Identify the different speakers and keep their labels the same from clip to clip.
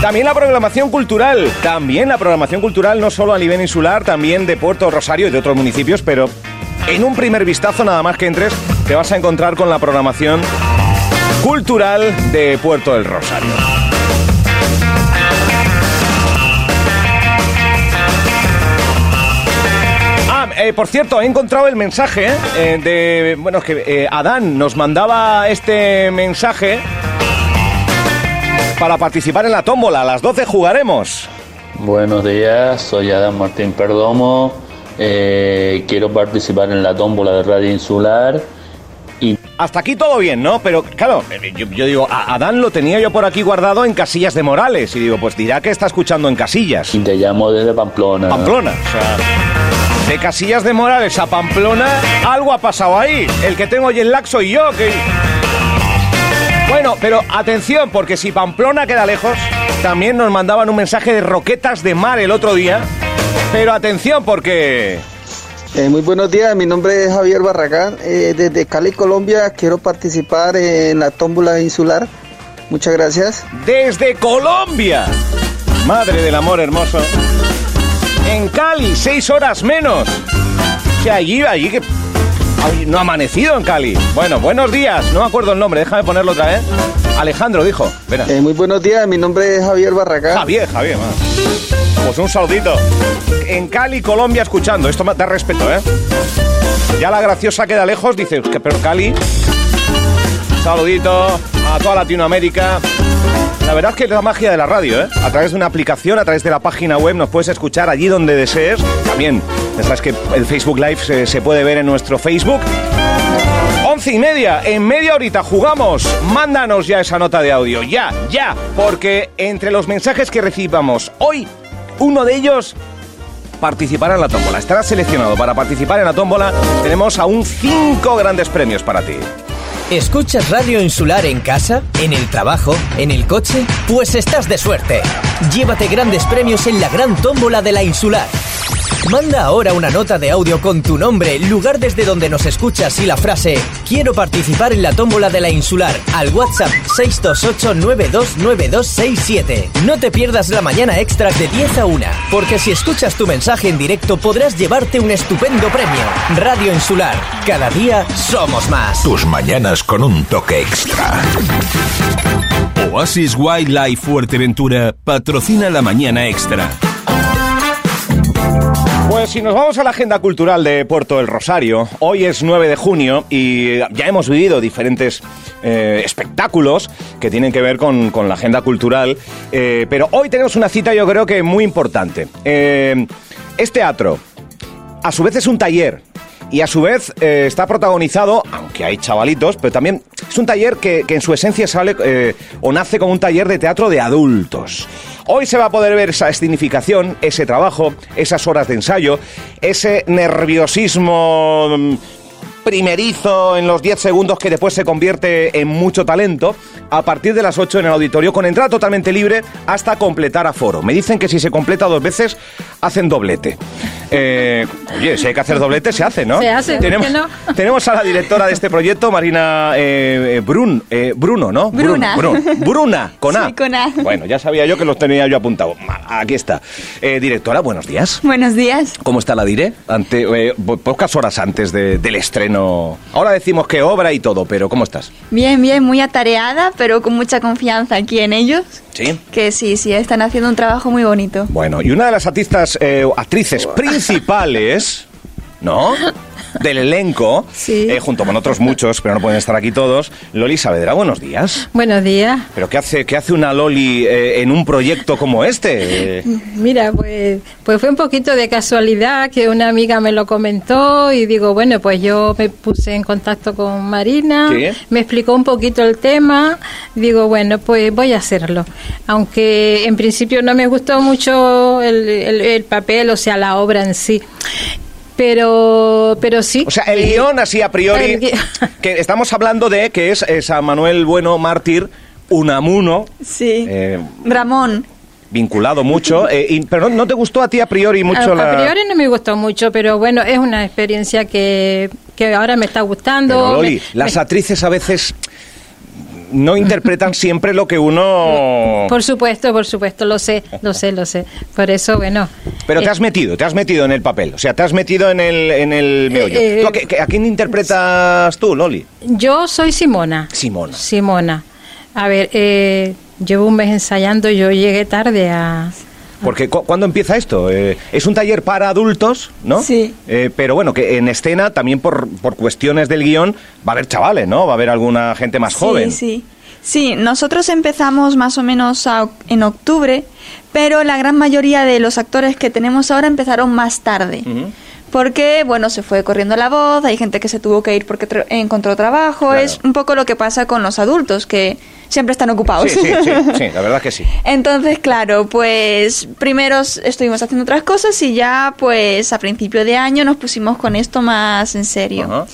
Speaker 1: También la programación cultural, también la programación cultural no solo a nivel insular, también de Puerto Rosario y de otros municipios, pero en un primer vistazo nada más que entres te vas a encontrar con la programación cultural de Puerto del Rosario. Ah, eh, por cierto, he encontrado el mensaje eh, de. Bueno, es que eh, Adán nos mandaba este mensaje para participar en la tómbola. A las 12 jugaremos.
Speaker 2: Buenos días, soy Adán Martín Perdomo. Eh, quiero participar en la tómbola de Radio Insular. Y...
Speaker 1: Hasta aquí todo bien, ¿no? Pero claro, yo, yo digo, a Adán lo tenía yo por aquí guardado en Casillas de Morales. Y digo, pues dirá que está escuchando en Casillas.
Speaker 2: Y te llamo desde Pamplona.
Speaker 1: Pamplona. O sea, de Casillas de Morales a Pamplona, algo ha pasado ahí. El que tengo hoy en laxo y yo, que. Bueno, pero atención, porque si Pamplona queda lejos, también nos mandaban un mensaje de Roquetas de Mar el otro día. Pero atención, porque
Speaker 3: Eh, muy buenos días, mi nombre es Javier Barragán. eh, desde Cali, Colombia, quiero participar en la tómbola insular. Muchas gracias.
Speaker 1: desde Colombia. Madre del amor hermoso. En Cali, seis horas menos. O sea, allí, allí que... ay, no ha amanecido en Cali. Bueno, buenos días. No me acuerdo el nombre, déjame ponerlo otra vez. Alejandro dijo. Verá.
Speaker 3: Eh, muy buenos días, mi nombre es Javier Barragán.
Speaker 1: Javier, Javier. va. Pues un saludito. En Cali, Colombia, escuchando. Esto ma- da respeto, ¿eh? Ya la graciosa queda lejos, dice, que pero Cali. Saludito a toda Latinoamérica. La verdad es que es la magia de la radio, ¿eh? A través de una aplicación, a través de la página web, nos puedes escuchar allí donde desees. También, ya sabes que el Facebook Live se, se puede ver en nuestro Facebook. Once y media, en media horita jugamos. Mándanos ya esa nota de audio, ya, ya, porque entre los mensajes que recibamos hoy, uno de ellos participará en la tómbola. Estará seleccionado para participar en la tómbola. Tenemos aún cinco grandes premios para ti.
Speaker 4: ¿Escuchas Radio Insular en casa, en el trabajo, en el coche? Pues estás de suerte. Llévate grandes premios en la gran tómbola de la Insular. Manda ahora una nota de audio con tu nombre, lugar desde donde nos escuchas y la frase Quiero participar en la tómbola de la Insular al WhatsApp 628929267. No te pierdas la mañana extra de 10 a 1, porque si escuchas tu mensaje en directo podrás llevarte un estupendo premio. Radio Insular, cada día somos más.
Speaker 5: Tus mañanas con un toque extra. Oasis Wildlife Fuerteventura patrocina la mañana extra.
Speaker 1: Pues si nos vamos a la agenda cultural de Puerto del Rosario, hoy es 9 de junio y ya hemos vivido diferentes eh, espectáculos que tienen que ver con, con la agenda cultural, eh, pero hoy tenemos una cita yo creo que muy importante. Eh, es teatro, a su vez es un taller. Y a su vez eh, está protagonizado, aunque hay chavalitos, pero también es un taller que, que en su esencia sale eh, o nace como un taller de teatro de adultos. Hoy se va a poder ver esa escenificación, ese trabajo, esas horas de ensayo, ese nerviosismo mm, primerizo en los 10 segundos que después se convierte en mucho talento, a partir de las 8 en el auditorio con entrada totalmente libre hasta completar aforo. Me dicen que si se completa dos veces, hacen doblete. Eh, oye, si hay que hacer doblete, se hace, ¿no?
Speaker 6: Se hace, ¿por
Speaker 1: Tenemos,
Speaker 6: qué no?
Speaker 1: tenemos a la directora de este proyecto, Marina eh, eh, Brun, eh, Bruno, ¿no?
Speaker 6: Bruna.
Speaker 1: Brun- Brun- Bruna, con A.
Speaker 6: Sí, con A.
Speaker 1: Bueno, ya sabía yo que los tenía yo apuntado. Ma- Aquí está. Eh, directora, buenos días.
Speaker 6: Buenos días.
Speaker 1: ¿Cómo está la dire? Ante, eh, po- pocas horas antes de- del estreno. Ahora decimos que obra y todo, pero ¿cómo estás?
Speaker 6: Bien, bien, muy atareada, pero con mucha confianza aquí en ellos.
Speaker 1: Sí.
Speaker 6: Que sí, sí, están haciendo un trabajo muy bonito.
Speaker 1: Bueno, y una de las artistas, eh, actrices principales, ¿no? Del elenco,
Speaker 7: Sí.
Speaker 1: eh, junto con otros muchos, pero no pueden estar aquí todos. Loli Saavedra, buenos días.
Speaker 7: Buenos días.
Speaker 1: ¿Pero qué hace, qué hace una Loli eh, en un proyecto como este? Eh,
Speaker 7: Mira, pues, pues fue un poquito de casualidad que una amiga me lo comentó y digo, bueno, pues yo me puse en contacto con Marina,
Speaker 1: Sí.
Speaker 7: me explicó un poquito el tema, digo, bueno, pues voy a hacerlo. Aunque en principio no me gustó mucho el, el- el papel, o sea, la obra en sí. Pero, pero sí.
Speaker 1: O sea, el
Speaker 7: eh,
Speaker 1: guión así a
Speaker 7: el
Speaker 1: priori,
Speaker 7: gui-
Speaker 1: que estamos hablando de que es, eh, San Manuel Bueno Mártir Unamuno,
Speaker 6: Sí.
Speaker 1: Eh,
Speaker 6: Ramón.
Speaker 1: vinculado mucho, eh, y- pero no, no te gustó a ti a priori mucho
Speaker 7: a, a
Speaker 1: la...
Speaker 7: priori no me gustó mucho, pero bueno, es una experiencia que, que ahora me está gustando.
Speaker 1: Pero,
Speaker 7: me-
Speaker 1: Loli,
Speaker 7: me-
Speaker 1: las actrices a veces no interpretan siempre lo que uno...
Speaker 7: Por supuesto, por supuesto, lo sé, lo sé, lo sé. Por eso, bueno.
Speaker 1: Pero te
Speaker 7: eh,
Speaker 1: has metido, te has metido en el papel, o sea, te has metido en el, en el meollo.
Speaker 7: Eh, eh,
Speaker 1: ¿Tú a, qué- a quién interpretas tú, Loli?
Speaker 7: Yo soy Simona.
Speaker 1: Simona.
Speaker 7: Simona. A ver, eh, llevo un mes ensayando, yo llegué tarde a...
Speaker 1: Porque cu- ¿cuándo empieza esto? Eh, es un taller para adultos, ¿no?
Speaker 8: Sí.
Speaker 1: Eh, pero bueno, que en escena también por, por cuestiones del guión va a haber chavales, ¿no? Va a haber alguna gente más joven.
Speaker 6: Sí, sí. Sí, nosotros empezamos más o menos a oc- en octubre, pero la gran mayoría de los actores que tenemos ahora empezaron más tarde.
Speaker 1: Ujú.
Speaker 6: Porque, bueno, se fue corriendo la voz, hay gente que se tuvo que ir porque tra- encontró trabajo,
Speaker 1: Claro.
Speaker 6: es un poco lo que pasa con los adultos, que siempre están
Speaker 1: Sí,
Speaker 6: ocupados.
Speaker 1: sí, sí, sí, la verdad que sí.
Speaker 6: Entonces, claro, pues primero s- estuvimos haciendo otras cosas y ya pues a principio de año nos pusimos con esto más en serio.
Speaker 1: Ajá.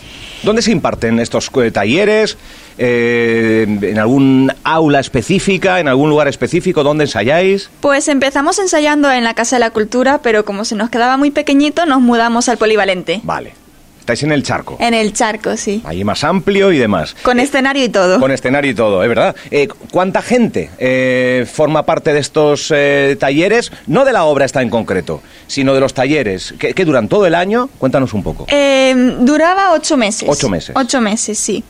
Speaker 1: ¿Dónde se imparten estos eh, talleres? Eh, ¿En algún aula específica? ¿En algún lugar específico? ¿Dónde ensayáis?
Speaker 6: Pues empezamos ensayando en la Casa de la Cultura, pero como se nos quedaba muy pequeñito, nos mudamos al Polivalente.
Speaker 1: Vale. Estáis en el charco.
Speaker 6: En el charco, sí.
Speaker 1: Ahí más amplio y demás.
Speaker 6: Eh. Con escenario y todo.
Speaker 1: Eh, Con escenario y todo, es verdad. Eh, ¿Cuánta gente eh, forma parte de estos eh, talleres? No de la obra esta en concreto, sino de los talleres que, que duran todo el año. Cuéntanos un poco.
Speaker 6: Eh, duraba ocho meses.
Speaker 1: Ocho meses.
Speaker 6: Ocho meses, sí.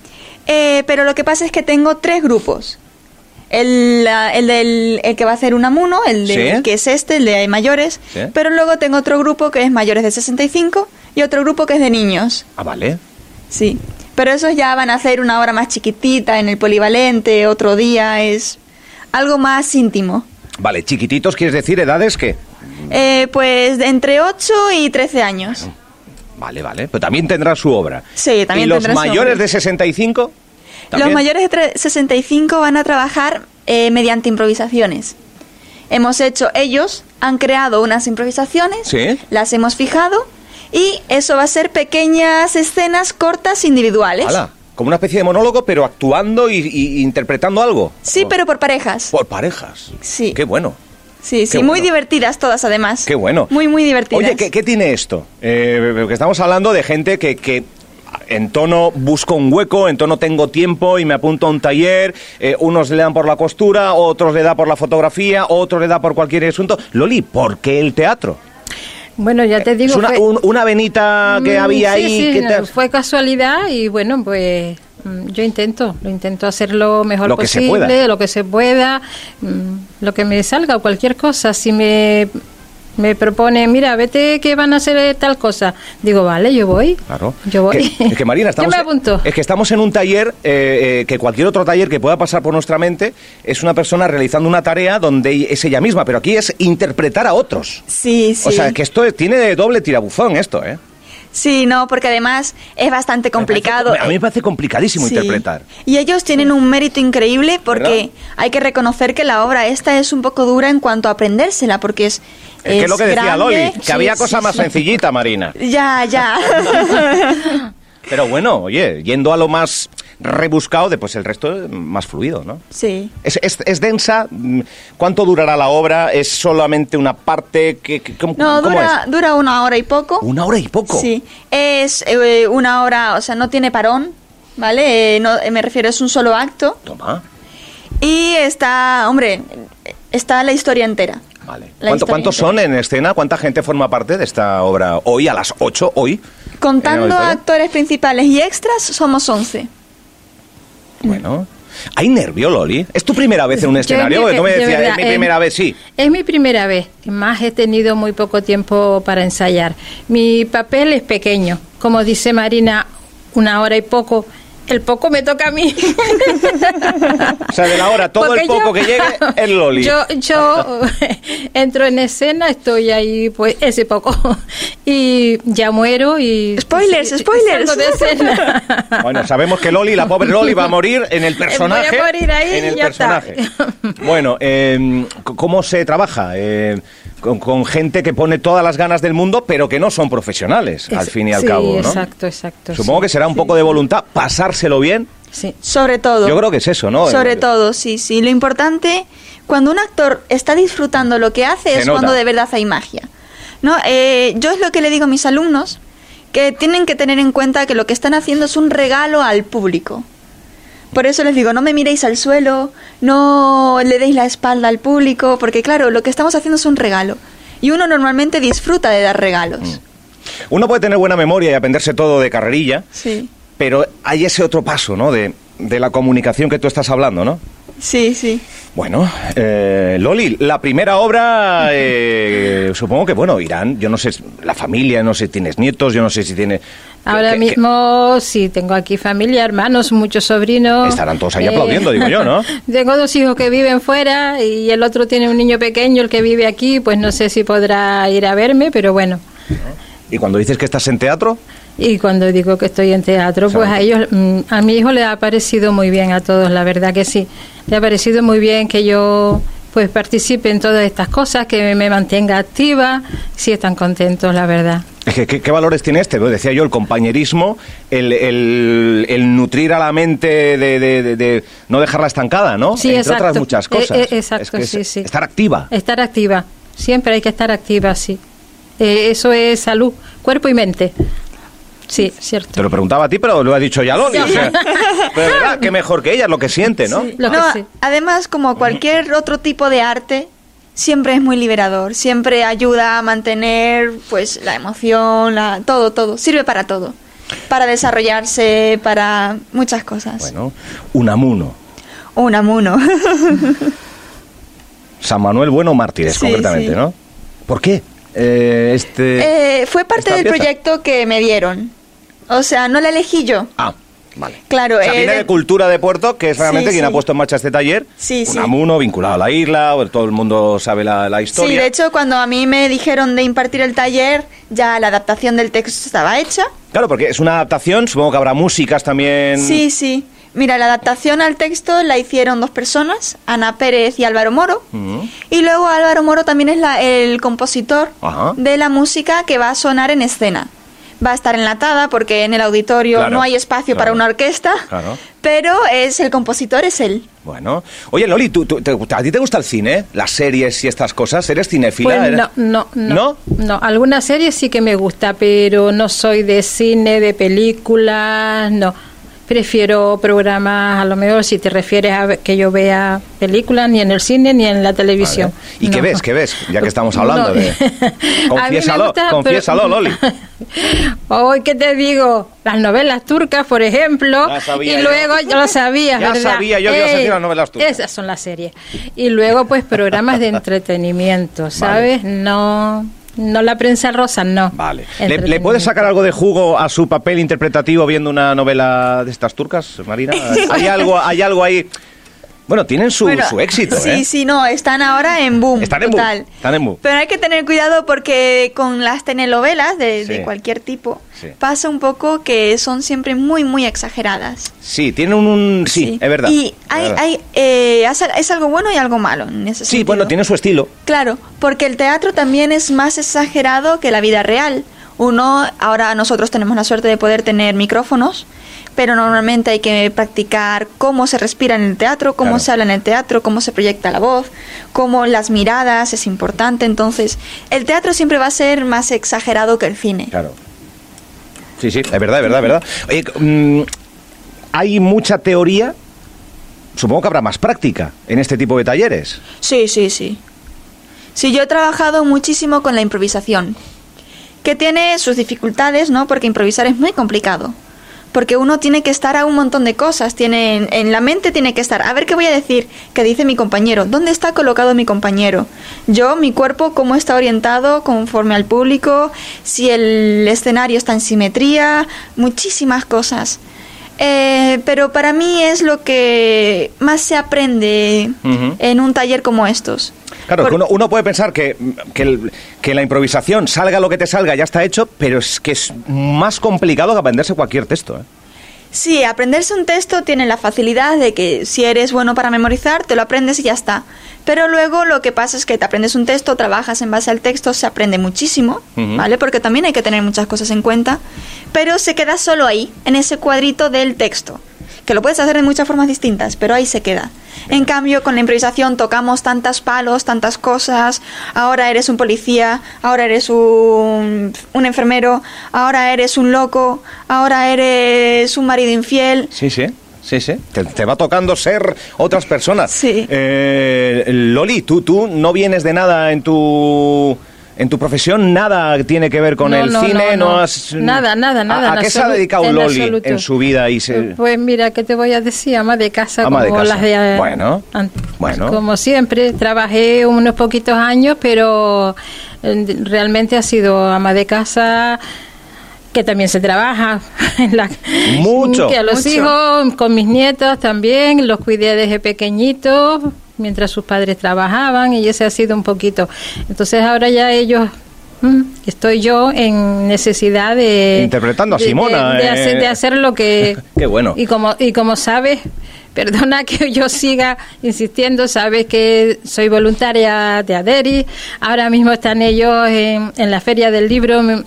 Speaker 6: Eh, pero lo que pasa es que tengo tres grupos. El, ah, el del el que va a hacer un amuno, el de,
Speaker 1: Sí.
Speaker 6: que es este, el de mayores.
Speaker 1: Sí.
Speaker 6: Pero luego tengo otro grupo que es mayores de 65 y otro grupo que es de niños.
Speaker 1: Ah, vale.
Speaker 6: Sí. Pero esos ya van a hacer una hora más chiquitita en el polivalente, otro día, es algo más íntimo.
Speaker 1: Vale, chiquititos quieres decir edades que...
Speaker 6: Eh, pues de entre 8 y 13 años.
Speaker 1: Vale, vale. Pero también tendrá su obra.
Speaker 6: Sí, también
Speaker 1: ¿Y los
Speaker 6: tendrá su
Speaker 1: mayores
Speaker 6: obra.
Speaker 1: de 65?
Speaker 6: Los
Speaker 1: ¿También?
Speaker 6: mayores de tre- 65 van a trabajar eh, mediante improvisaciones. Hemos hecho, ellos han creado unas improvisaciones,
Speaker 1: Sí.
Speaker 6: las hemos fijado y eso va a ser pequeñas escenas cortas individuales.
Speaker 1: Ala, como una especie de monólogo, pero actuando y, y interpretando algo.
Speaker 6: Sí,
Speaker 1: Por-
Speaker 6: pero por parejas.
Speaker 1: Por parejas.
Speaker 6: Sí.
Speaker 1: Qué bueno.
Speaker 6: sí, sí,
Speaker 1: Oh. qué
Speaker 6: muy
Speaker 1: bueno.
Speaker 6: divertidas todas además.
Speaker 1: Qué bueno.
Speaker 6: Muy, muy divertidas.
Speaker 1: Oye, ¿qué, qué tiene esto? Eh, porque estamos hablando de gente que, que en tono busco un hueco, en tono tengo tiempo y me apunto a un taller. eh, unos le dan por la costura, otros le da por la fotografía, otros le da por cualquier asunto. Loli, ¿por qué el teatro?
Speaker 7: Bueno, ya te digo...
Speaker 1: es una,
Speaker 7: fue-
Speaker 1: Eh, un- una venita que
Speaker 7: Mm,
Speaker 1: había
Speaker 7: sí,
Speaker 1: ahí.
Speaker 7: sí,
Speaker 1: que te-
Speaker 7: fue casualidad y bueno, pues mm, yo intento, lo intento hacer lo mejor
Speaker 1: Lo que se
Speaker 7: posible,
Speaker 1: pueda.
Speaker 7: lo que se pueda, mm, lo que me salga, cualquier cosa. Si me, me propone, mira, vete que van a hacer tal cosa, digo, vale, yo voy.
Speaker 1: Claro.
Speaker 7: Yo voy.
Speaker 1: Que- es que Marina, estamos,
Speaker 7: Yo me apunto.
Speaker 1: Es que estamos en un taller eh, eh, que cualquier otro taller que pueda pasar por nuestra mente es una persona realizando una tarea donde es ella misma, pero aquí es interpretar a otros.
Speaker 6: Sí, sí.
Speaker 1: O sea, que esto es- tiene de doble tirabuzón esto, ¿eh?
Speaker 6: Sí, no, porque además es bastante complicado.
Speaker 1: a mí me parece complicadísimo
Speaker 6: Sí.
Speaker 1: interpretar.
Speaker 6: Y ellos tienen un mérito increíble porque
Speaker 1: ¿Verdad?
Speaker 6: hay que reconocer que la obra esta es un poco dura en cuanto a aprendérsela, porque es.
Speaker 1: Es, que es lo que decía
Speaker 6: grande.
Speaker 1: Loli, que
Speaker 6: Sí,
Speaker 1: había
Speaker 6: sí,
Speaker 1: cosa más
Speaker 6: sí.
Speaker 1: sencillita, Marina.
Speaker 6: Ya, ya.
Speaker 1: Pero bueno, oye, yendo a lo más rebuscado, de, pues el resto es más fluido, ¿no?
Speaker 6: sí.
Speaker 1: Es, es- es densa. mm, ¿Cuánto durará la obra? ¿Es solamente una parte? que, que- ¿cómo,
Speaker 6: No,
Speaker 1: cómo
Speaker 6: dura,
Speaker 1: es?
Speaker 6: dura una hora y poco.
Speaker 1: ¿Una hora y poco?
Speaker 6: Sí. Es eh, una hora, o sea, no tiene parón, ¿vale? Eh, no, eh, me refiero, es un solo acto.
Speaker 1: Toma,
Speaker 6: Y está, hombre, está la historia entera.
Speaker 1: vale.
Speaker 6: La
Speaker 1: ¿Cuánto-
Speaker 6: historia
Speaker 1: ¿Cuántos
Speaker 6: entera.
Speaker 1: son en escena? ¿Cuánta gente forma parte de esta obra hoy, a las 8, hoy? Eh, en el
Speaker 6: Contando
Speaker 1: auditorio?
Speaker 6: actores principales y extras, somos 11.
Speaker 1: Bueno. ¿Hay nervio, Loli? ¿Es tu primera vez en un
Speaker 7: Yo
Speaker 1: escenario?
Speaker 7: es
Speaker 1: Porque
Speaker 7: mi-
Speaker 1: tú me
Speaker 7: de
Speaker 1: decías,
Speaker 7: verdad,
Speaker 1: es mi
Speaker 7: eh,
Speaker 1: primera vez, sí.
Speaker 7: Es mi primera vez, más he tenido muy poco tiempo para ensayar. Mi papel es pequeño, como dice Marina, una hora y poco. El poco me toca a mí.
Speaker 1: O sea, de la hora, todo
Speaker 7: Porque
Speaker 1: el poco
Speaker 7: yo-
Speaker 1: que llegue es Loli.
Speaker 7: Yo, yo entro en escena, estoy ahí, pues, ese poco. Y ya muero y...
Speaker 6: Spoilers,
Speaker 7: y- y
Speaker 6: spoilers.
Speaker 7: salgo de escena.
Speaker 1: Bueno, sabemos que Loli, la pobre Loli, va a morir en el personaje.
Speaker 7: Voy a morir ahí
Speaker 1: en el
Speaker 7: y ya está.
Speaker 1: personaje. Bueno, eh, c- ¿cómo se trabaja? Eh, con, con gente que pone todas las ganas del mundo, pero que no son profesionales, al
Speaker 7: Es-
Speaker 1: fin y al
Speaker 7: sí,
Speaker 1: cabo. ¿no?
Speaker 7: exacto, exacto,
Speaker 1: Supongo
Speaker 7: sí,
Speaker 1: que será un
Speaker 7: sí.
Speaker 1: poco de voluntad pasárselo bien.
Speaker 7: Sí.
Speaker 6: Sobre todo.
Speaker 1: Yo creo que es eso, ¿no? Eh,
Speaker 6: Sobre
Speaker 1: El-
Speaker 6: todo, sí, sí. Lo importante, cuando un actor está disfrutando lo que hace,
Speaker 1: Se
Speaker 6: es
Speaker 1: nota.
Speaker 6: cuando de verdad hay magia. ¿no? Eh, yo es lo que le digo a mis alumnos, que tienen que tener en cuenta que lo que están haciendo es un regalo al público. Por eso les digo, no me miréis al suelo, no le deis la espalda al público, porque claro, lo que estamos haciendo es un regalo. Y uno normalmente disfruta de dar
Speaker 1: Mm.
Speaker 6: regalos.
Speaker 1: Uno puede tener buena memoria y aprenderse todo de carrerilla,
Speaker 6: Sí.
Speaker 1: pero hay ese otro paso, ¿no? De, de la comunicación que tú estás hablando, ¿no?
Speaker 6: Sí, sí.
Speaker 1: Bueno, eh, Loli, la primera obra, eh, supongo que, bueno, irán, yo no sé, la familia, no sé, tienes nietos, yo no sé si tienes...
Speaker 7: Ahora
Speaker 1: que- que-
Speaker 7: mismo sí, tengo aquí familia, hermanos, muchos sobrinos.
Speaker 1: Estarán todos ahí aplaudiendo, digo yo, ¿no?
Speaker 7: Tengo dos hijos que viven fuera y el otro tiene un niño pequeño, el que vive aquí, pues no sé si podrá ir a verme, pero bueno.
Speaker 1: ¿Y cuando dices que estás en teatro?
Speaker 7: Y cuando digo que estoy en teatro, pues a ellos, mm, a mi hijo le ha parecido muy bien a todos, la verdad que sí. Le ha parecido muy bien que yo pues participe en todas estas cosas, que me mantenga activa, sí están contentos, la verdad.
Speaker 1: Es que, ¿Qué, qué valores tiene este? Bueno, Decía yo, el compañerismo, el, el- el nutrir a la mente de, de- de- de no dejarla estancada, ¿no?
Speaker 7: Sí,
Speaker 1: Oh, Entre
Speaker 7: exacto.
Speaker 1: otras muchas cosas.
Speaker 7: Eh, eh, exacto,
Speaker 1: Es que es
Speaker 7: sí, sí.
Speaker 1: Estar activa.
Speaker 7: Estar activa, siempre hay que estar activa, sí. Eh, eso es salud, cuerpo y mente. Sí, cierto.
Speaker 1: Te lo preguntaba a ti, pero lo ha dicho ya Loli.
Speaker 7: Sí.
Speaker 1: o sea, pero de verdad, que mejor que ella es lo que siente, ¿no?
Speaker 7: Lo que
Speaker 6: No,
Speaker 7: sí.
Speaker 6: Además, como cualquier otro tipo de arte, siempre es muy liberador, siempre ayuda a mantener pues la emoción, la, todo, todo, sirve para todo, para desarrollarse, para muchas cosas.
Speaker 1: Bueno, Unamuno.
Speaker 6: Un amuno.
Speaker 1: San Manuel Bueno Mártires,
Speaker 6: Sí,
Speaker 1: concretamente,
Speaker 6: sí.
Speaker 1: ¿no? ¿Por qué? Eh, este...
Speaker 6: Eh, fue parte
Speaker 1: esta
Speaker 6: del
Speaker 1: pieza.
Speaker 6: proyecto que me dieron. O sea, no la elegí yo.
Speaker 1: Ah, vale.
Speaker 6: Claro,
Speaker 1: O sea,
Speaker 6: eh,
Speaker 1: viene
Speaker 6: de-
Speaker 1: de Cultura de Puerto, que es realmente
Speaker 6: Sí,
Speaker 1: quien
Speaker 6: sí.
Speaker 1: ha puesto en marcha este taller.
Speaker 6: Sí, sí.
Speaker 1: Unamuno, vinculado a la isla, todo el mundo sabe la, la historia.
Speaker 6: Sí, de hecho, cuando a mí me dijeron de impartir el taller, ya la adaptación del texto estaba hecha.
Speaker 1: Claro, porque es una adaptación, supongo que habrá músicas también.
Speaker 6: Sí, sí. Mira, la adaptación al texto la hicieron dos personas, Ana Pérez y Álvaro Moro.
Speaker 1: Ujú.
Speaker 6: Y luego Álvaro Moro también es la- el compositor
Speaker 1: Ajá.
Speaker 6: de la música que va a sonar en escena. Va a estar enlatada porque en el auditorio
Speaker 1: Claro,
Speaker 6: no hay espacio para
Speaker 1: claro,
Speaker 6: una orquesta,
Speaker 1: claro.
Speaker 6: pero es el compositor es él.
Speaker 1: Bueno. Oye, Loli, ¿tú, tú- te- ¿a ti te gusta el cine? Las series y estas cosas. ¿Eres cinefila?
Speaker 7: Pues
Speaker 1: ¿Eres-
Speaker 7: no, no, no,
Speaker 1: ¿No?
Speaker 7: no. alguna serie sí que me gusta, pero no soy de cine, de películas, no. Prefiero programas, a lo mejor si te refieres a ver- que yo vea películas ni en el cine ni en la televisión.
Speaker 1: Vale. ¿Y qué
Speaker 7: No.
Speaker 1: ves? ¿Qué ves? Ya que estamos hablando
Speaker 7: No.
Speaker 1: de...
Speaker 7: A mí me
Speaker 1: Confiésalo,
Speaker 7: gusta, pero-
Speaker 1: confiésalo, Loli.
Speaker 7: Hoy, ¿qué te digo? Las novelas turcas, por ejemplo.
Speaker 1: Ya sabía
Speaker 7: y
Speaker 1: yo.
Speaker 7: luego, yo lo sabía,
Speaker 1: Ya
Speaker 7: ¿verdad?
Speaker 1: sabía yo que ibas a decir las novelas turcas.
Speaker 7: Esas son las series. Y luego, pues, programas de entretenimiento, ¿sabes? No, no la prensa rosa, no.
Speaker 1: Vale. ¿Le, le puedes sacar algo de jugo a su papel interpretativo viendo una novela de estas turcas, Marina? ¿Hay algo, hay algo ahí? Bueno, tienen su,
Speaker 6: Bueno,
Speaker 1: su éxito,
Speaker 6: Sí,
Speaker 1: ¿eh?
Speaker 6: sí, no, están ahora en boom.
Speaker 1: Están en boom,
Speaker 6: total.
Speaker 1: están en boom.
Speaker 6: Pero hay que tener cuidado porque con las telenovelas de, de
Speaker 1: Sí.
Speaker 6: cualquier tipo
Speaker 1: Sí.
Speaker 6: pasa un poco que son siempre muy, muy exageradas.
Speaker 1: Sí, tienen un... un- sí, es verdad.
Speaker 6: Y
Speaker 1: es
Speaker 6: hay,
Speaker 1: verdad.
Speaker 6: hay, eh, hace- es algo bueno y algo malo en ese
Speaker 1: Sí, bueno,
Speaker 6: sentido.
Speaker 1: tiene su estilo.
Speaker 6: Claro, porque el teatro también es más exagerado que la vida real. Uno, ahora nosotros tenemos la suerte de poder tener micrófonos, pero normalmente hay que practicar cómo se respira en el teatro, cómo
Speaker 1: Claro.
Speaker 6: se habla en el teatro, cómo se proyecta la voz, cómo las miradas es importante. Entonces, el teatro siempre va a ser más exagerado que el cine.
Speaker 1: Claro. Sí, sí, es verdad, es verdad, es verdad. Oye, mm, hay mucha teoría. Supongo que habrá más práctica en este tipo de talleres.
Speaker 6: Sí, sí, sí. Sí, yo he trabajado muchísimo con la improvisación, que tiene sus dificultades, ¿no? Porque improvisar es muy complicado. Porque uno tiene que estar a un montón de cosas, tiene, en, en la mente tiene que estar, a ver qué voy a decir, qué dice mi compañero, dónde está colocado mi compañero, yo, mi cuerpo, cómo está orientado conforme al público, si el escenario está en simetría, muchísimas cosas. Eh, pero para mí es lo que más se aprende
Speaker 1: Ujú.
Speaker 6: en un taller como estos.
Speaker 1: Claro,
Speaker 6: Por-
Speaker 1: que uno, uno puede pensar que, que, el- que la improvisación, salga lo que te salga, ya está hecho, pero es que es más complicado que aprenderse cualquier texto. ¿eh?
Speaker 6: Sí, aprenderse un texto tiene la facilidad de que si eres bueno para memorizar, te lo aprendes y ya está. Pero luego lo que pasa es que te aprendes un texto, trabajas en base al texto, se aprende muchísimo,
Speaker 1: Ujú.
Speaker 6: ¿vale? Porque también hay que tener muchas cosas en cuenta, pero se queda solo ahí, en ese cuadrito del texto, que lo puedes hacer de muchas formas distintas, pero ahí se queda. En cambio, con la improvisación tocamos tantas palos, tantas cosas, ahora eres un policía, ahora eres un, un enfermero, ahora eres un loco, ahora eres un marido infiel.
Speaker 1: Sí, sí. sí, sí. Te, te va tocando ser otras personas.
Speaker 6: Sí.
Speaker 1: Eh, Loli, tú, tú no vienes de nada en tu... En tu profesión nada tiene que ver con
Speaker 7: No,
Speaker 1: el
Speaker 7: no,
Speaker 1: cine,
Speaker 7: no,
Speaker 1: no,
Speaker 7: no.
Speaker 1: has...
Speaker 7: Nada, nada,
Speaker 1: ¿A-
Speaker 7: nada,
Speaker 1: ¿A,
Speaker 7: en
Speaker 1: qué se ha
Speaker 7: absolu-
Speaker 1: dedicado
Speaker 7: en
Speaker 1: Loli
Speaker 7: absoluto.
Speaker 1: en su vida? y se-
Speaker 7: Pues mira, ¿qué te voy a decir? Ama de casa
Speaker 1: Ama de
Speaker 7: como
Speaker 1: casa.
Speaker 7: las de...
Speaker 1: Bueno,
Speaker 7: an-
Speaker 1: bueno.
Speaker 7: Como siempre, trabajé unos poquitos años, pero eh, realmente ha sido ama de casa que también se trabaja en la-
Speaker 1: Mucho.
Speaker 7: que a los
Speaker 6: Mucho.
Speaker 7: hijos con mis nietos también los cuidé desde pequeñitos mientras sus padres trabajaban y ese ha sido un poquito entonces ahora ya ellos mm, estoy yo en necesidad de
Speaker 1: Interpretando a
Speaker 7: de- de-
Speaker 1: Simona,
Speaker 7: de, hacer,
Speaker 1: eh.
Speaker 7: de hacer lo que
Speaker 1: Qué bueno.
Speaker 7: y como y como sabes perdona que yo siga insistiendo sabes que soy voluntaria de Aderi ahora mismo están ellos en, en la feria del libro mm,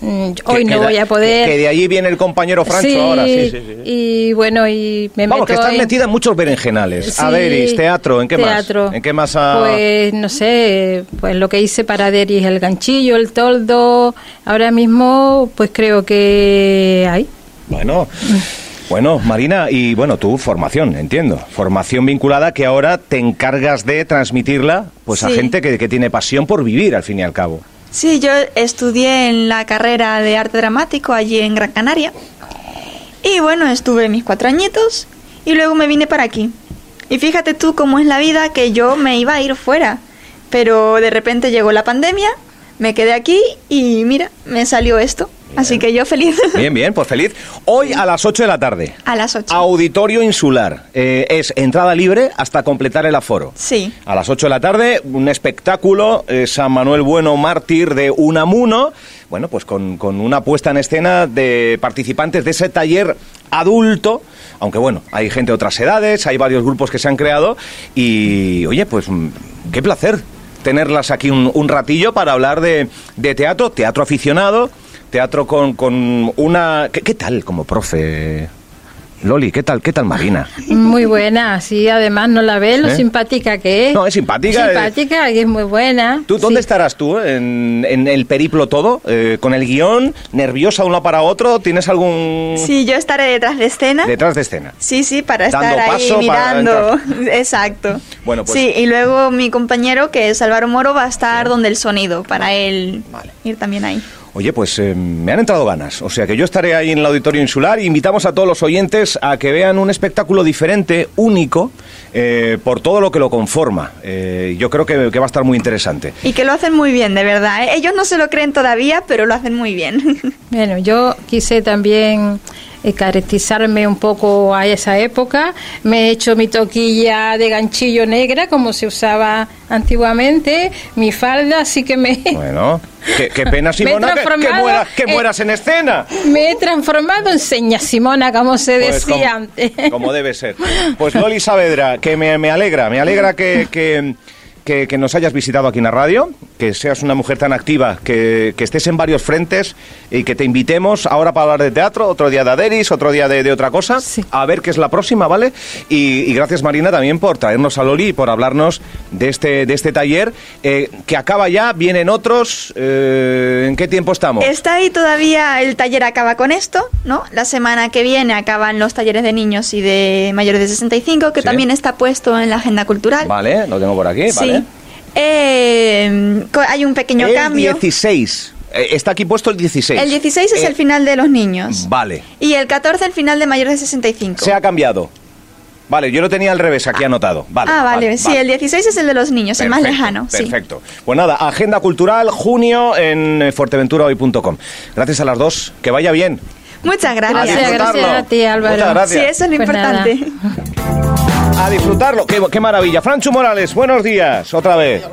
Speaker 7: mm,
Speaker 1: que-
Speaker 7: hoy no
Speaker 1: que
Speaker 7: voy
Speaker 1: da-
Speaker 7: a poder
Speaker 1: Que, que de allí viene el compañero Francho ahora, sí, sí, sí.
Speaker 7: y bueno, y me
Speaker 1: Vamos, que
Speaker 7: meto
Speaker 1: estás
Speaker 7: en-
Speaker 1: metida en muchos berenjenales.
Speaker 7: Sí,
Speaker 1: Averis, teatro, este ¿en qué
Speaker 7: teatro.
Speaker 1: más? ¿En qué más ha-
Speaker 7: Pues no sé, pues lo que hice para Deris, el ganchillo, el toldo. Ahora mismo, pues creo que hay.
Speaker 1: Bueno. Bueno, Marina, y bueno, tu formación, entiendo. Formación vinculada que ahora te encargas de transmitirla pues a
Speaker 6: Sí.
Speaker 1: gente que, que tiene pasión por vivir, al fin y al cabo.
Speaker 6: Sí, yo estudié en la carrera de arte dramático allí en Gran Canaria. Y bueno, estuve mis cuatro añitos y luego me vine para aquí. Y fíjate tú cómo es la vida que yo me iba a ir fuera. Pero de repente llegó la pandemia, me quedé aquí y mira, me salió esto. Así que yo feliz.
Speaker 1: Bien, bien, pues feliz. Hoy a las 8 de la tarde.
Speaker 6: A las 8.
Speaker 1: Auditorio Insular. Eh, es entrada libre hasta completar el aforo.
Speaker 6: Sí.
Speaker 1: A las 8 de la tarde, un espectáculo, eh, San Manuel Bueno, mártir de Unamuno, bueno, pues con, con una puesta en escena de participantes de ese taller adulto, aunque bueno, hay gente de otras edades, hay varios grupos que se han creado y, oye, pues mm, qué placer tenerlas aquí un, un ratillo para hablar de, de teatro, teatro aficionado, teatro con, con una... ¿qué, qué tal como profe? Loli, ¿qué tal? ¿Qué tal Marina?
Speaker 7: Muy buena, sí, además no la ves, lo
Speaker 1: ¿Eh?
Speaker 7: simpática que es.
Speaker 1: No, es simpática, eh.
Speaker 7: Simpática, y es muy buena.
Speaker 1: ¿Tú dónde
Speaker 7: Sí.
Speaker 1: estarás tú en, en el periplo todo? Eh, ¿Con el guión? ¿Nerviosa de un lado para otro? ¿Tienes algún...?
Speaker 6: Sí, yo estaré detrás de escena.
Speaker 1: Detrás de escena.
Speaker 6: Sí, sí, para
Speaker 1: Dando
Speaker 6: estar
Speaker 1: paso,
Speaker 6: ahí
Speaker 1: para
Speaker 6: mirando. Exacto.
Speaker 1: Bueno, pues-
Speaker 6: Sí, y luego mi compañero, que es Álvaro Moro, va a estar donde el sonido, para él
Speaker 1: Vale.
Speaker 6: ir también ahí.
Speaker 1: Oye, pues eh, me han entrado ganas. O sea que yo estaré ahí en el Auditorio Insular. Invitamos a todos los oyentes a que vean un espectáculo diferente, único, eh, por todo lo que lo conforma. Eh, yo creo que, que va a estar muy interesante.
Speaker 6: Y que lo hacen muy bien, de verdad. ¿eh? Ellos no se lo creen todavía, pero lo hacen muy bien.
Speaker 7: Bueno, yo quise también eh, caracterizarme un poco a esa época. Me he hecho mi toquilla de ganchillo negra, como se usaba antiguamente, mi falda, así que me,
Speaker 1: Bueno, qué, qué pena,
Speaker 7: Me he
Speaker 1: Simona, que, que
Speaker 7: transformado
Speaker 1: mueras, que
Speaker 7: en-
Speaker 1: mueras en escena.
Speaker 7: me he transformado en seña Simona, como se
Speaker 1: Pues
Speaker 7: decía
Speaker 1: como-
Speaker 7: antes.
Speaker 1: Como debe ser. Pues Loli Saavedra, que me, me alegra, me alegra que, que, que- que nos hayas visitado aquí en la radio, que seas una mujer tan activa, que, que estés en varios frentes y que te invitemos ahora para hablar de teatro, otro día de Aderis, otro día de, de otra cosa,
Speaker 7: Sí.
Speaker 1: a ver qué es la próxima, ¿vale? Y, y gracias Marina también por traernos a Loli y por hablarnos de este, de este taller, eh, que acaba ya, vienen otros, eh, ¿en qué tiempo estamos?
Speaker 6: Está ahí todavía, el taller acaba con esto, ¿no? La semana que viene acaban los talleres de niños y de mayores de 65, que
Speaker 1: Sí.
Speaker 6: también está puesto en la agenda cultural.
Speaker 1: Vale, lo tengo por aquí,
Speaker 6: Sí.
Speaker 1: ¿vale?
Speaker 6: Eh, co- hay un pequeño
Speaker 1: el
Speaker 6: cambio.
Speaker 1: 16. Eh, Está aquí puesto el 16.
Speaker 6: El 16 es
Speaker 1: Eh,
Speaker 6: el final de los niños.
Speaker 1: Vale.
Speaker 6: Y el 14 el final de mayores de 65.
Speaker 1: Se ha cambiado. Vale, yo lo tenía al revés aquí anotado. Vale,
Speaker 6: ah, vale, sí, el 16 es el de los niños, el más
Speaker 1: Perfecto,
Speaker 6: lejano. sí.
Speaker 1: Perfecto. Pues nada, agenda cultural, junio en eh, fuerteventurahoy.com. Gracias a las dos. Que vaya bien.
Speaker 6: Muchas
Speaker 1: A
Speaker 6: gracias.
Speaker 7: Gracias,
Speaker 1: disfrutarlo.
Speaker 7: gracias a ti, Álvaro.
Speaker 1: Muchas
Speaker 6: Sí,
Speaker 1: gracias.
Speaker 6: eso es lo
Speaker 7: Pues nada.
Speaker 6: importante.
Speaker 1: A disfrutarlo. Qué, qué maravilla. Franchu Morales, buenos días. Otra vez.